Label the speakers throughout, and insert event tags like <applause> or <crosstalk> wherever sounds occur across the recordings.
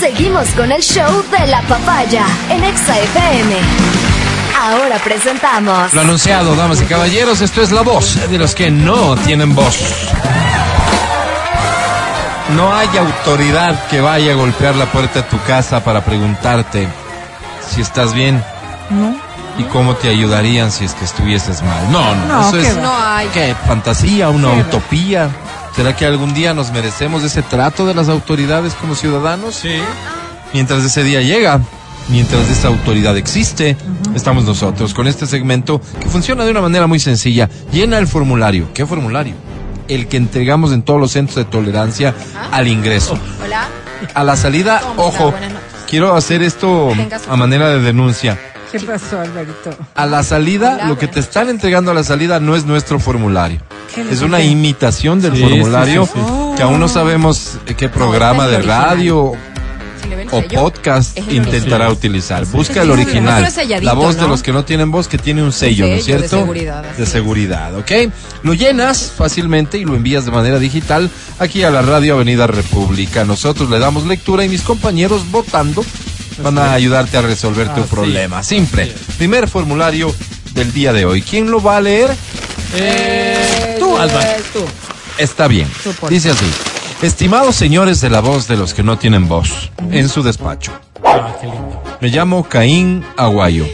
Speaker 1: Seguimos con el show de la papaya en Exa FM. Ahora presentamos.
Speaker 2: Lo anunciado, damas y caballeros, esto es la voz de los que no tienen voz. No hay autoridad que vaya a golpear la puerta de tu casa para preguntarte si estás bien
Speaker 3: No.
Speaker 2: y cómo te ayudarían si es que estuvieses mal. No, no,
Speaker 3: No,
Speaker 2: eso
Speaker 3: qué
Speaker 2: es
Speaker 3: va.
Speaker 4: No hay.
Speaker 2: ¿qué? fantasía, una
Speaker 3: Qué va.
Speaker 2: utopía. ¿Será que algún día nos merecemos ese trato de las autoridades como ciudadanos? Sí. Mientras ese día llega, mientras esa autoridad existe, estamos nosotros con este segmento que funciona de una manera muy sencilla. Llena el formulario. ¿Qué formulario? El que entregamos en todos los centros de tolerancia al ingreso.
Speaker 4: Hola.
Speaker 2: A la salida,
Speaker 4: Toma,
Speaker 2: ojo,
Speaker 4: buenas noches.
Speaker 2: quiero hacer esto
Speaker 4: Tenga su-
Speaker 2: a manera de denuncia.
Speaker 3: ¿Qué pasó, Alvarito?
Speaker 2: A la salida,
Speaker 4: Hola,
Speaker 2: lo que
Speaker 4: buenas
Speaker 2: te están entregando a la salida no es nuestro formulario.
Speaker 3: ¿Qué les
Speaker 2: Es una
Speaker 3: dije?
Speaker 2: imitación del
Speaker 5: Sí,
Speaker 2: formulario
Speaker 5: sí, sí, sí.
Speaker 2: que aún no sabemos eh, qué programa
Speaker 4: es el
Speaker 2: de
Speaker 4: original.
Speaker 2: radio
Speaker 4: Si le ve el
Speaker 2: o
Speaker 4: sello.
Speaker 2: podcast
Speaker 4: Es el
Speaker 2: intentará
Speaker 4: original.
Speaker 2: utilizar. Busca
Speaker 4: Sí,
Speaker 2: el
Speaker 4: sí,
Speaker 2: original.
Speaker 4: nuestro es selladito,
Speaker 2: La voz de
Speaker 4: ¿no?
Speaker 2: los que no tienen voz que tiene un sello, ¿no es
Speaker 4: sello de
Speaker 2: cierto?
Speaker 4: seguridad, así
Speaker 2: De
Speaker 4: es.
Speaker 2: seguridad, ¿ok? Lo llenas fácilmente y lo envías de manera digital aquí a la Radio Avenida República. Nosotros le damos lectura y mis compañeros votando van a ayudarte a resolver tu
Speaker 5: Así
Speaker 2: problema. Simple. Primer formulario del día de hoy. ¿Quién lo va a leer?
Speaker 5: Eh, tú, Alba.
Speaker 2: Está bien. Dice así. Estimados señores de la voz de los que no tienen voz, en su despacho.
Speaker 5: Ah, qué lindo.
Speaker 2: Me llamo Caín Aguayo,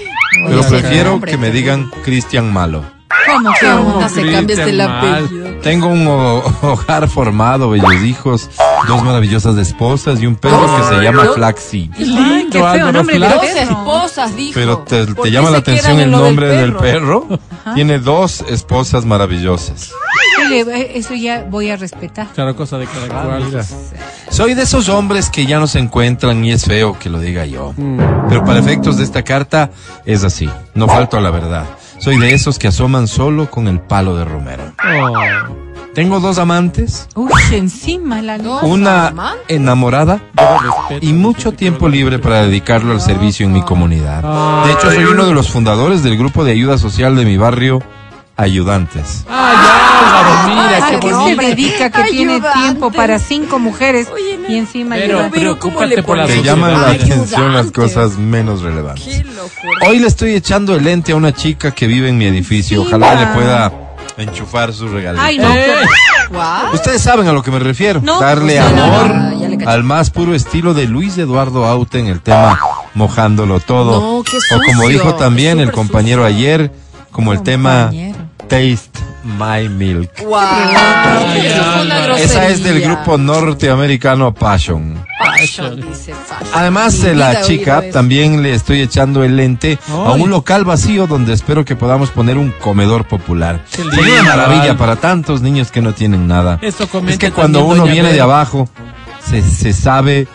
Speaker 2: pero
Speaker 4: sí,
Speaker 2: prefiero
Speaker 4: hombre.
Speaker 2: que me digan Cristian Malo.
Speaker 4: ¿Cómo que onda? Se
Speaker 5: Cristian
Speaker 4: cambias el
Speaker 5: Mal.
Speaker 4: apellido.
Speaker 2: Tengo un ho- hogar formado, bellos hijos, dos maravillosas esposas y un perro que se llama Flaxi.
Speaker 5: Qué lindo,
Speaker 3: qué feo
Speaker 5: Álvaro
Speaker 3: nombre,
Speaker 5: Flash.
Speaker 3: pero
Speaker 4: Dos esposas, dijo.
Speaker 2: Pero te, te
Speaker 4: ¿Por qué
Speaker 2: llama la
Speaker 4: se quedan
Speaker 2: atención
Speaker 4: en
Speaker 2: el
Speaker 4: lo
Speaker 2: nombre del perro. Tiene dos esposas maravillosas.
Speaker 3: Oye, eh, Eso ya voy a respetar.
Speaker 5: Claro, cosa de cada
Speaker 2: Ah,
Speaker 5: cual.
Speaker 2: Soy de esos hombres que ya no se encuentran y es feo que lo diga yo. Pero para efectos de esta carta es así. No falto a la verdad. Soy de esos que asoman solo con el palo de romero.
Speaker 5: Oh,
Speaker 2: Tengo dos amantes.
Speaker 3: Uy, encima la
Speaker 4: Dos
Speaker 2: una
Speaker 4: amantes.
Speaker 2: enamorada
Speaker 5: yo respeto
Speaker 2: y
Speaker 5: a la
Speaker 2: mucho
Speaker 5: gente que
Speaker 2: tiempo
Speaker 5: habla
Speaker 2: libre
Speaker 5: de-
Speaker 2: para dedicarlo al servicio en mi comunidad. De hecho, soy uno de los fundadores del grupo de ayuda social de mi barrio, Ayudantes.
Speaker 5: Ah, ya, Álvaro, mira,
Speaker 3: ¿A
Speaker 5: qué
Speaker 3: qué
Speaker 5: bonito.
Speaker 3: se dedica que tiene
Speaker 4: Ayudantes.
Speaker 3: tiempo para cinco mujeres y encima
Speaker 5: Pero
Speaker 3: ayuda?
Speaker 5: preocúpate
Speaker 4: Ah,
Speaker 5: por la
Speaker 2: Te
Speaker 5: sociedad.
Speaker 2: llaman la
Speaker 4: Ay,
Speaker 2: atención las
Speaker 4: ayudantes.
Speaker 2: cosas menos relevantes.
Speaker 4: Qué locura.
Speaker 2: Hoy le estoy echando el lente a una chica que vive en mi edificio. Ojalá
Speaker 3: Viva.
Speaker 2: le pueda enchufar su
Speaker 3: Ay,
Speaker 2: regalito.
Speaker 3: no.
Speaker 5: Eh,
Speaker 4: Guau.
Speaker 2: Ustedes saben a lo que me refiero.
Speaker 3: No,
Speaker 2: Darle
Speaker 4: pues, no, no,
Speaker 2: amor
Speaker 4: no, ya le caché.
Speaker 2: al más puro estilo de Luis Eduardo Aute en el tema mojándolo todo.
Speaker 4: No, qué
Speaker 2: o como
Speaker 4: sucio,
Speaker 2: dijo también el
Speaker 4: súper
Speaker 2: compañero
Speaker 4: sucio.
Speaker 2: ayer, como el tema
Speaker 3: Compañero.
Speaker 2: Taste My Milk.
Speaker 4: Guau.
Speaker 5: Ay,
Speaker 4: Eso fue una
Speaker 5: Álvaro.
Speaker 2: Esa es del
Speaker 4: grosería.
Speaker 2: grupo norteamericano Passion.
Speaker 4: Fashion, dice fashion.
Speaker 2: Además de
Speaker 4: Mi
Speaker 2: la
Speaker 4: vida he oído
Speaker 2: chica,
Speaker 4: eso.
Speaker 2: también le estoy echando el lente a
Speaker 5: Ay.
Speaker 2: un local vacío donde espero que podamos poner un comedor popular.
Speaker 5: Qué
Speaker 2: Sería una
Speaker 5: lindo,
Speaker 2: maravilla
Speaker 5: Álvaro.
Speaker 2: para tantos niños que no tienen nada.
Speaker 5: Eh, Eso comenta
Speaker 2: es que cuando
Speaker 5: también
Speaker 2: uno
Speaker 5: doña
Speaker 2: viene de
Speaker 5: Bel.
Speaker 2: abajo, se, se sabe,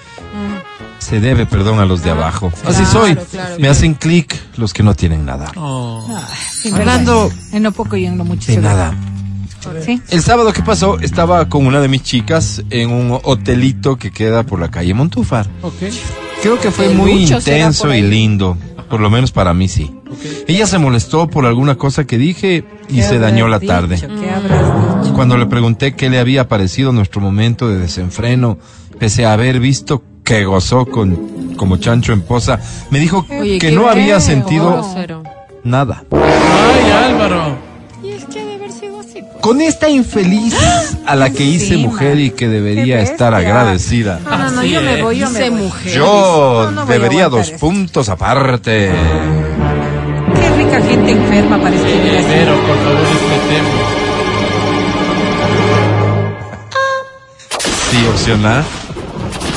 Speaker 2: se debe, perdón, a los de abajo. Así
Speaker 4: Mm. claro,
Speaker 2: soy.
Speaker 4: claro,
Speaker 2: Me hacen clic los que no tienen nada.
Speaker 5: Oh.
Speaker 3: Sin
Speaker 2: Hablando
Speaker 3: vergüenza. En lo poco y en lo mucho.
Speaker 2: de
Speaker 3: se va.
Speaker 2: nada.
Speaker 3: Sí.
Speaker 2: El sábado que pasó estaba con una de mis chicas en un hotelito que queda por la calle Montúfar.
Speaker 5: Ok,
Speaker 2: Creo que fue
Speaker 4: El
Speaker 2: muy
Speaker 4: Lucho será por
Speaker 2: intenso y
Speaker 4: ahí.
Speaker 2: lindo, por lo menos para mí sí.
Speaker 5: ok.
Speaker 2: Ella se molestó por alguna cosa que dije y
Speaker 3: ¿Qué
Speaker 2: se dañó la
Speaker 3: habrás
Speaker 2: tarde.
Speaker 3: dicho? ¿Qué habrás dicho?
Speaker 2: Cuando le pregunté qué le había parecido nuestro momento de desenfreno, pese a haber visto que gozó con como chancho en posa, me dijo
Speaker 4: Oye,
Speaker 2: que
Speaker 4: qué
Speaker 2: no había
Speaker 4: feo,
Speaker 2: sentido
Speaker 4: grosero.
Speaker 2: nada.
Speaker 5: Ay, Álvaro.
Speaker 4: Y es que ha de haber sido así, pues.
Speaker 2: Con esta infeliz a la que hice
Speaker 3: Encima.
Speaker 2: mujer y que debería
Speaker 3: Qué
Speaker 2: estar
Speaker 3: bestia.
Speaker 2: agradecida.
Speaker 3: No, no, no,
Speaker 5: Así
Speaker 3: yo me
Speaker 5: es.
Speaker 3: voy, yo me
Speaker 4: Dice
Speaker 3: voy.
Speaker 4: mujer.
Speaker 2: Yo
Speaker 3: No, no voy a
Speaker 2: debería
Speaker 3: aguantar
Speaker 2: dos
Speaker 3: esto.
Speaker 2: puntos aparte.
Speaker 3: Qué rica gente enferma para este escribir así.
Speaker 5: Pero por favor respetemos.
Speaker 2: Sí, opción A.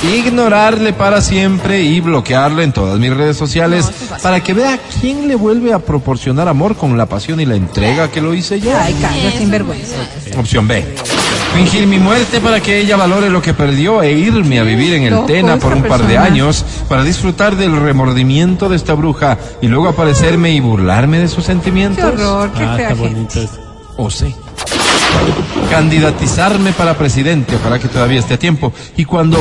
Speaker 2: Ignorarle para siempre y bloquearle en todas mis redes sociales para que vea quién le vuelve a proporcionar amor con la pasión y la entrega que lo hice yo.
Speaker 3: Ay, calla, sin vergüenza.
Speaker 2: Opción B. Fingir mi muerte para que ella valore lo que perdió e irme a vivir en el
Speaker 3: Loco,
Speaker 2: Tena por
Speaker 3: esta
Speaker 2: un par de
Speaker 3: persona.
Speaker 2: años para disfrutar del remordimiento de esta bruja y luego aparecerme y burlarme de sus
Speaker 3: Qué
Speaker 2: sentimientos.
Speaker 3: horror, qué
Speaker 5: Ah,
Speaker 3: fea
Speaker 5: está
Speaker 3: gente.
Speaker 5: bonito eso.
Speaker 2: O sí. Candidatizarme para presidente, para que todavía esté a tiempo. Y cuando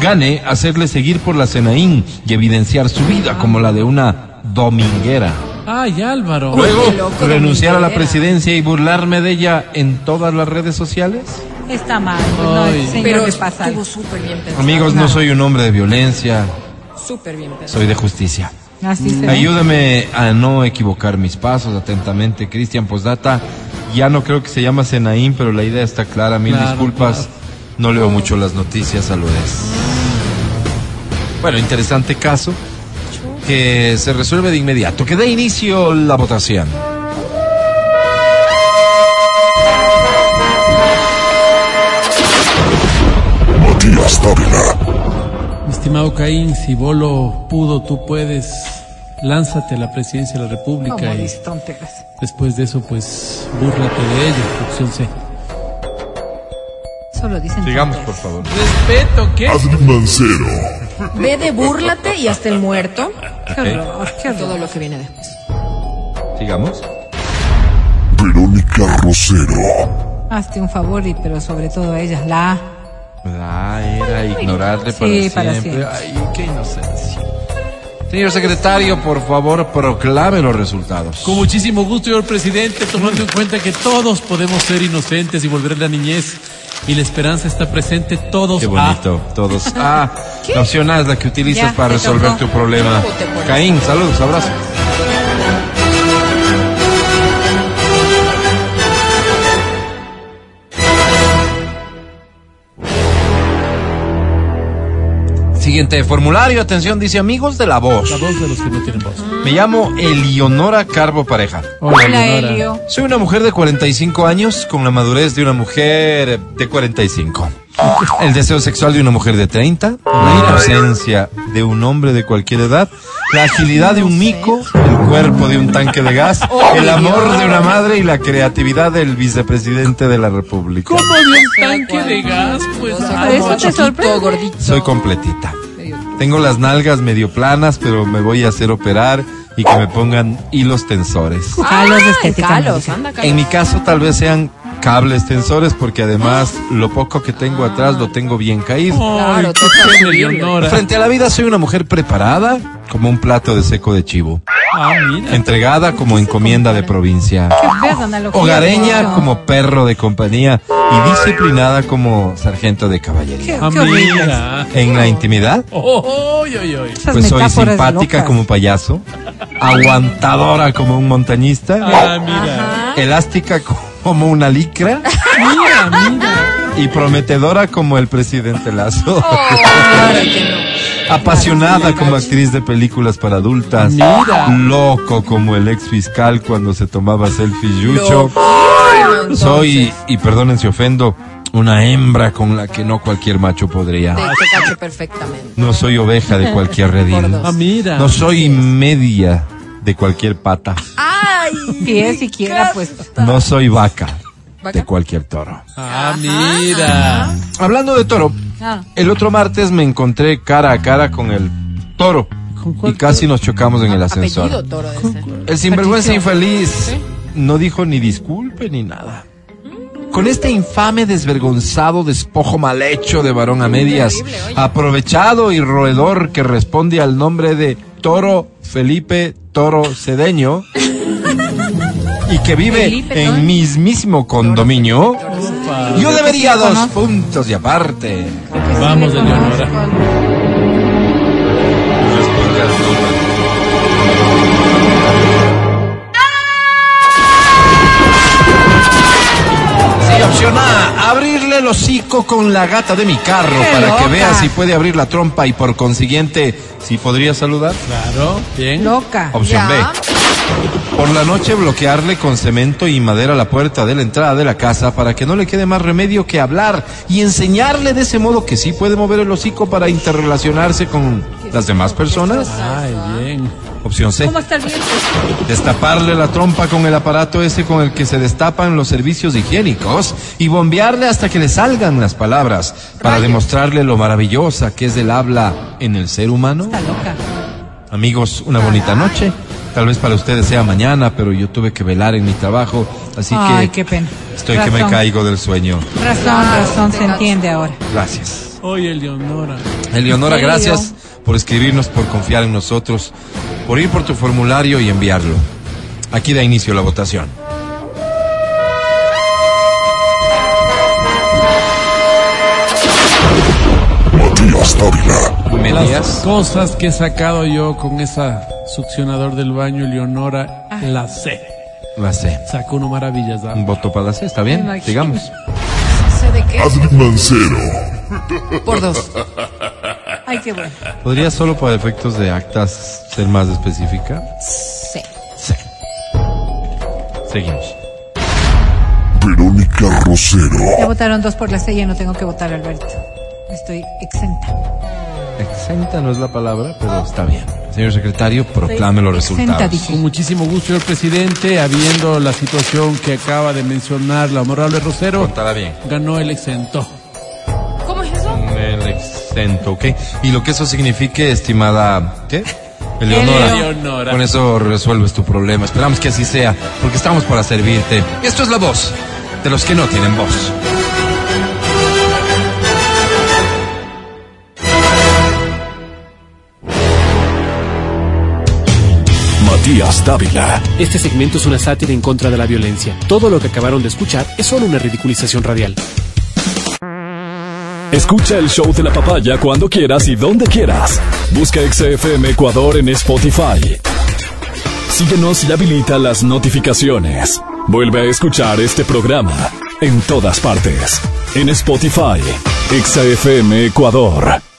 Speaker 2: gane, hacerle seguir por la Senaín y evidenciar su vida como la de una dominguera.
Speaker 5: Ay, Álvaro.
Speaker 2: Luego,
Speaker 4: qué loco,
Speaker 2: renunciar a la
Speaker 4: dominguera.
Speaker 2: presidencia y burlarme de ella en todas las redes sociales.
Speaker 3: Está mal, pues no,
Speaker 5: Ay.
Speaker 3: señor
Speaker 4: Pero
Speaker 3: le pasa algo.
Speaker 4: estuvo súper bien pensado.
Speaker 2: Amigos, no soy un hombre de violencia,
Speaker 4: Súper bien pensado.
Speaker 2: soy de justicia.
Speaker 3: Así
Speaker 2: Mm.
Speaker 3: se ve.
Speaker 2: Ayúdame a no equivocar mis pasos atentamente, Cristian Posdata. Ya no creo que se llama Senaín, pero la idea está clara. Mil
Speaker 5: Claro,
Speaker 2: disculpas. No leo mucho las noticias, saludes. Bueno, interesante caso que se resuelve de inmediato. Que dé inicio la votación.
Speaker 6: Matías Dávila,
Speaker 5: Mi estimado Caín, si Bolo pudo, tú puedes. Lánzate a la presidencia de la República
Speaker 4: Como
Speaker 5: y
Speaker 4: dice tonteras.
Speaker 5: después de eso, pues, búrlate de ellos, producción C.
Speaker 3: Solo dicen
Speaker 2: Sigamos, por favor.
Speaker 5: Respeto, ¿qué?
Speaker 6: Adri Mancero,
Speaker 4: Ve de búrlate y hasta el muerto.
Speaker 3: Qué
Speaker 2: ¿eh?
Speaker 3: horror, qué horror.
Speaker 4: Todo lo que viene después.
Speaker 2: Sigamos.
Speaker 6: Verónica Rosero,
Speaker 3: Hazte un favor, y, pero sobre todo a ellas, la A.
Speaker 2: Ah, era ignorarle
Speaker 3: Sí,
Speaker 2: para,
Speaker 3: para
Speaker 2: siempre. Ay, qué inocencia. Señor secretario, por favor, proclame los resultados.
Speaker 5: Con muchísimo gusto, señor presidente, tomando en cuenta que todos podemos ser inocentes y volver a la niñez. Y la esperanza está presente todos.
Speaker 2: Qué
Speaker 5: Ah,
Speaker 2: bonito,
Speaker 3: <laughs>
Speaker 2: todos. Ah, la opción A es la que utilizas
Speaker 3: Ya,
Speaker 2: para
Speaker 3: te
Speaker 2: resolver
Speaker 3: tocó.
Speaker 2: tu problema.
Speaker 4: Yo voté por
Speaker 2: Caín, saludos, abrazos. Siguiente formulario, atención, dice amigos de la voz.
Speaker 5: la voz de los que no tienen voz.
Speaker 2: Me llamo Elionora Carbo Pareja.
Speaker 3: Hola,
Speaker 5: Leonora.
Speaker 3: Elio.
Speaker 2: Soy una mujer de 45 años con la madurez de una mujer de 45. El deseo sexual de una mujer de 30, la inocencia de un hombre de cualquier edad, la agilidad de un mico, el cuerpo de un tanque de gas, el amor de una madre y la creatividad del vicepresidente de la República.
Speaker 5: ¿Cómo de un tanque de gas? Pues,
Speaker 4: Cosa
Speaker 5: ah,
Speaker 3: eso
Speaker 4: como
Speaker 3: te
Speaker 4: chiquito,
Speaker 3: sorprende.
Speaker 4: gordito.
Speaker 2: Soy completita. Tengo las nalgas medio planas, pero me voy a hacer operar y que me pongan hilos tensores.
Speaker 3: Calos de
Speaker 4: Ah,
Speaker 3: estética,
Speaker 4: Calos,
Speaker 3: Mónica.
Speaker 4: anda,
Speaker 2: En mi
Speaker 4: Calos.
Speaker 2: caso tal vez sean cables tensores porque además lo poco que tengo atrás lo tengo bien caído.
Speaker 5: Ay,
Speaker 4: Claro,
Speaker 5: qué
Speaker 4: toca
Speaker 5: pena,
Speaker 4: subirlo.
Speaker 5: Leonora.
Speaker 2: Frente a la vida soy una mujer preparada como un plato de seco de chivo,
Speaker 5: Ah, mira.
Speaker 2: entregada como encomienda de provincia,
Speaker 3: Ves, analogía,
Speaker 2: hogareña
Speaker 3: Elio.
Speaker 2: como perro de compañía y disciplinada como sargento de caballería.
Speaker 3: Qué,
Speaker 5: Ah,
Speaker 3: qué horrible.
Speaker 5: mira.
Speaker 2: En la intimidad,
Speaker 5: Oh, ay, ay, ay.
Speaker 3: Esas
Speaker 2: pues soy
Speaker 3: metáforas
Speaker 2: simpática
Speaker 3: locas.
Speaker 2: como payaso, aguantadora como un montañista,
Speaker 5: Ah, mira.
Speaker 2: elástica como una licra.
Speaker 5: Mira, mira.
Speaker 2: y prometedora como el presidente <laughs> Lazo.
Speaker 4: Claro que
Speaker 2: Apasionada como actriz de películas para adultas.
Speaker 5: Mira.
Speaker 2: Loco como el ex fiscal cuando se tomaba selfie
Speaker 4: no.
Speaker 2: yucho.
Speaker 4: Lo quiero,
Speaker 2: Soy, y perdonen si ofendo, una hembra con la que no cualquier macho podría.
Speaker 4: entonces. Te, te cacho perfectamente.
Speaker 2: No soy oveja de cualquier
Speaker 4: Por
Speaker 2: redil.
Speaker 4: dos.
Speaker 5: Ah, mira.
Speaker 2: No soy media de cualquier pata.
Speaker 4: ¡Ay!
Speaker 3: Pie siquiera, pues.
Speaker 2: No soy vaca de
Speaker 4: ¿Vaca?
Speaker 2: cualquier toro.
Speaker 5: Ah, mira.
Speaker 2: Hablando de toro,
Speaker 3: Ah.
Speaker 2: el otro martes me encontré cara a cara con el toro
Speaker 5: ¿Con cuál
Speaker 2: y casi nos chocamos en el
Speaker 4: Apellido
Speaker 2: ascensor.
Speaker 4: toro de ese.
Speaker 2: El sinvergüenza infeliz no dijo ni disculpe ni nada. Con este infame, desvergonzado despojo mal hecho de varón a medias,
Speaker 4: horrible, oye.
Speaker 2: aprovechado y roedor que responde al nombre de Toro Felipe Toro Cedeño y que vive
Speaker 3: Felipe Toro.
Speaker 2: en mismísimo condominio,
Speaker 5: Ufa.
Speaker 2: yo debería dos puntos y aparte.
Speaker 5: Vamos, Eleonora.
Speaker 2: Sí, opción A, abrirle el hocico con la gata de mi carro para que vea si puede abrir la trompa y por consiguiente si podría saludar.
Speaker 5: Claro, bien.
Speaker 3: Loca.
Speaker 2: Opción B, por la noche bloquearle con cemento y madera la puerta de la entrada de la casa para que no le quede más remedio que hablar y enseñarle de ese modo que sí puede mover el hocico para interrelacionarse con las demás personas.
Speaker 5: Ay, bien.
Speaker 2: Opción C.
Speaker 3: ¿Cómo está el viento?
Speaker 2: Destaparle la trompa con el aparato ese con el que se destapan los servicios higiénicos y bombearle hasta que le salgan las palabras para demostrarle lo maravillosa que es el habla en el ser humano.
Speaker 3: Está loca.
Speaker 2: Amigos, una bonita noche. Tal vez para ustedes sea mañana, pero yo tuve que velar en mi trabajo, así
Speaker 3: Ay,
Speaker 2: que
Speaker 3: qué pena.
Speaker 2: estoy
Speaker 3: Razón.
Speaker 2: que me caigo del sueño.
Speaker 3: Razón, razón, se entiende ahora.
Speaker 2: Gracias.
Speaker 5: Oye, Leonora.
Speaker 2: Eleonora,
Speaker 3: Elio.
Speaker 2: gracias por escribirnos, por confiar en nosotros, por ir por tu formulario y enviarlo. Aquí da inicio la votación.
Speaker 6: Matías Dávila.
Speaker 5: Las
Speaker 2: Melías.
Speaker 5: cosas que he sacado yo con esa succionador del baño, Leonora, la sé.
Speaker 2: La C.
Speaker 5: Sacó uno maravillas, ¿ah?
Speaker 2: Un voto para la C, está bien.
Speaker 3: imagino.
Speaker 2: Sigamos.
Speaker 4: ¿Sé de qué?
Speaker 6: Adri Mancero.
Speaker 4: Por dos.
Speaker 3: Ay, qué bueno.
Speaker 2: ¿Podría solo para efectos de actas ser más específica?
Speaker 4: Sí.
Speaker 2: C. Seguimos.
Speaker 6: Verónica Rosero.
Speaker 3: Ya votaron dos por la C, ya no tengo que votar, Alberto. Estoy exenta.
Speaker 2: Exenta no es la palabra, pero está bien. Señor secretario, proclame los
Speaker 3: Exenta,
Speaker 2: resultados.
Speaker 3: dije.
Speaker 5: Con muchísimo gusto, señor presidente, habiendo la situación que acaba de mencionar la honorable Rosero,
Speaker 2: Contará bien.
Speaker 5: ganó el exento.
Speaker 4: ¿Cómo es eso?
Speaker 2: El exento, ¿ok? Y lo que eso signifique, estimada, ¿qué? Eleonora.
Speaker 5: Eleonora.
Speaker 2: Con eso resuelves tu problema. Esperamos que así sea, porque estamos para servirte. Esto es la voz de los que no tienen voz.
Speaker 7: Matías Dávila. Este segmento es una sátira en contra de la violencia. Todo lo que acabaron de escuchar es solo una ridiculización radial.
Speaker 8: Escucha el show de la papaya cuando quieras y donde quieras. Busca XFM Ecuador en Spotify. Síguenos y habilita las notificaciones. Vuelve a escuchar este programa en todas partes. En Spotify, XFM Ecuador.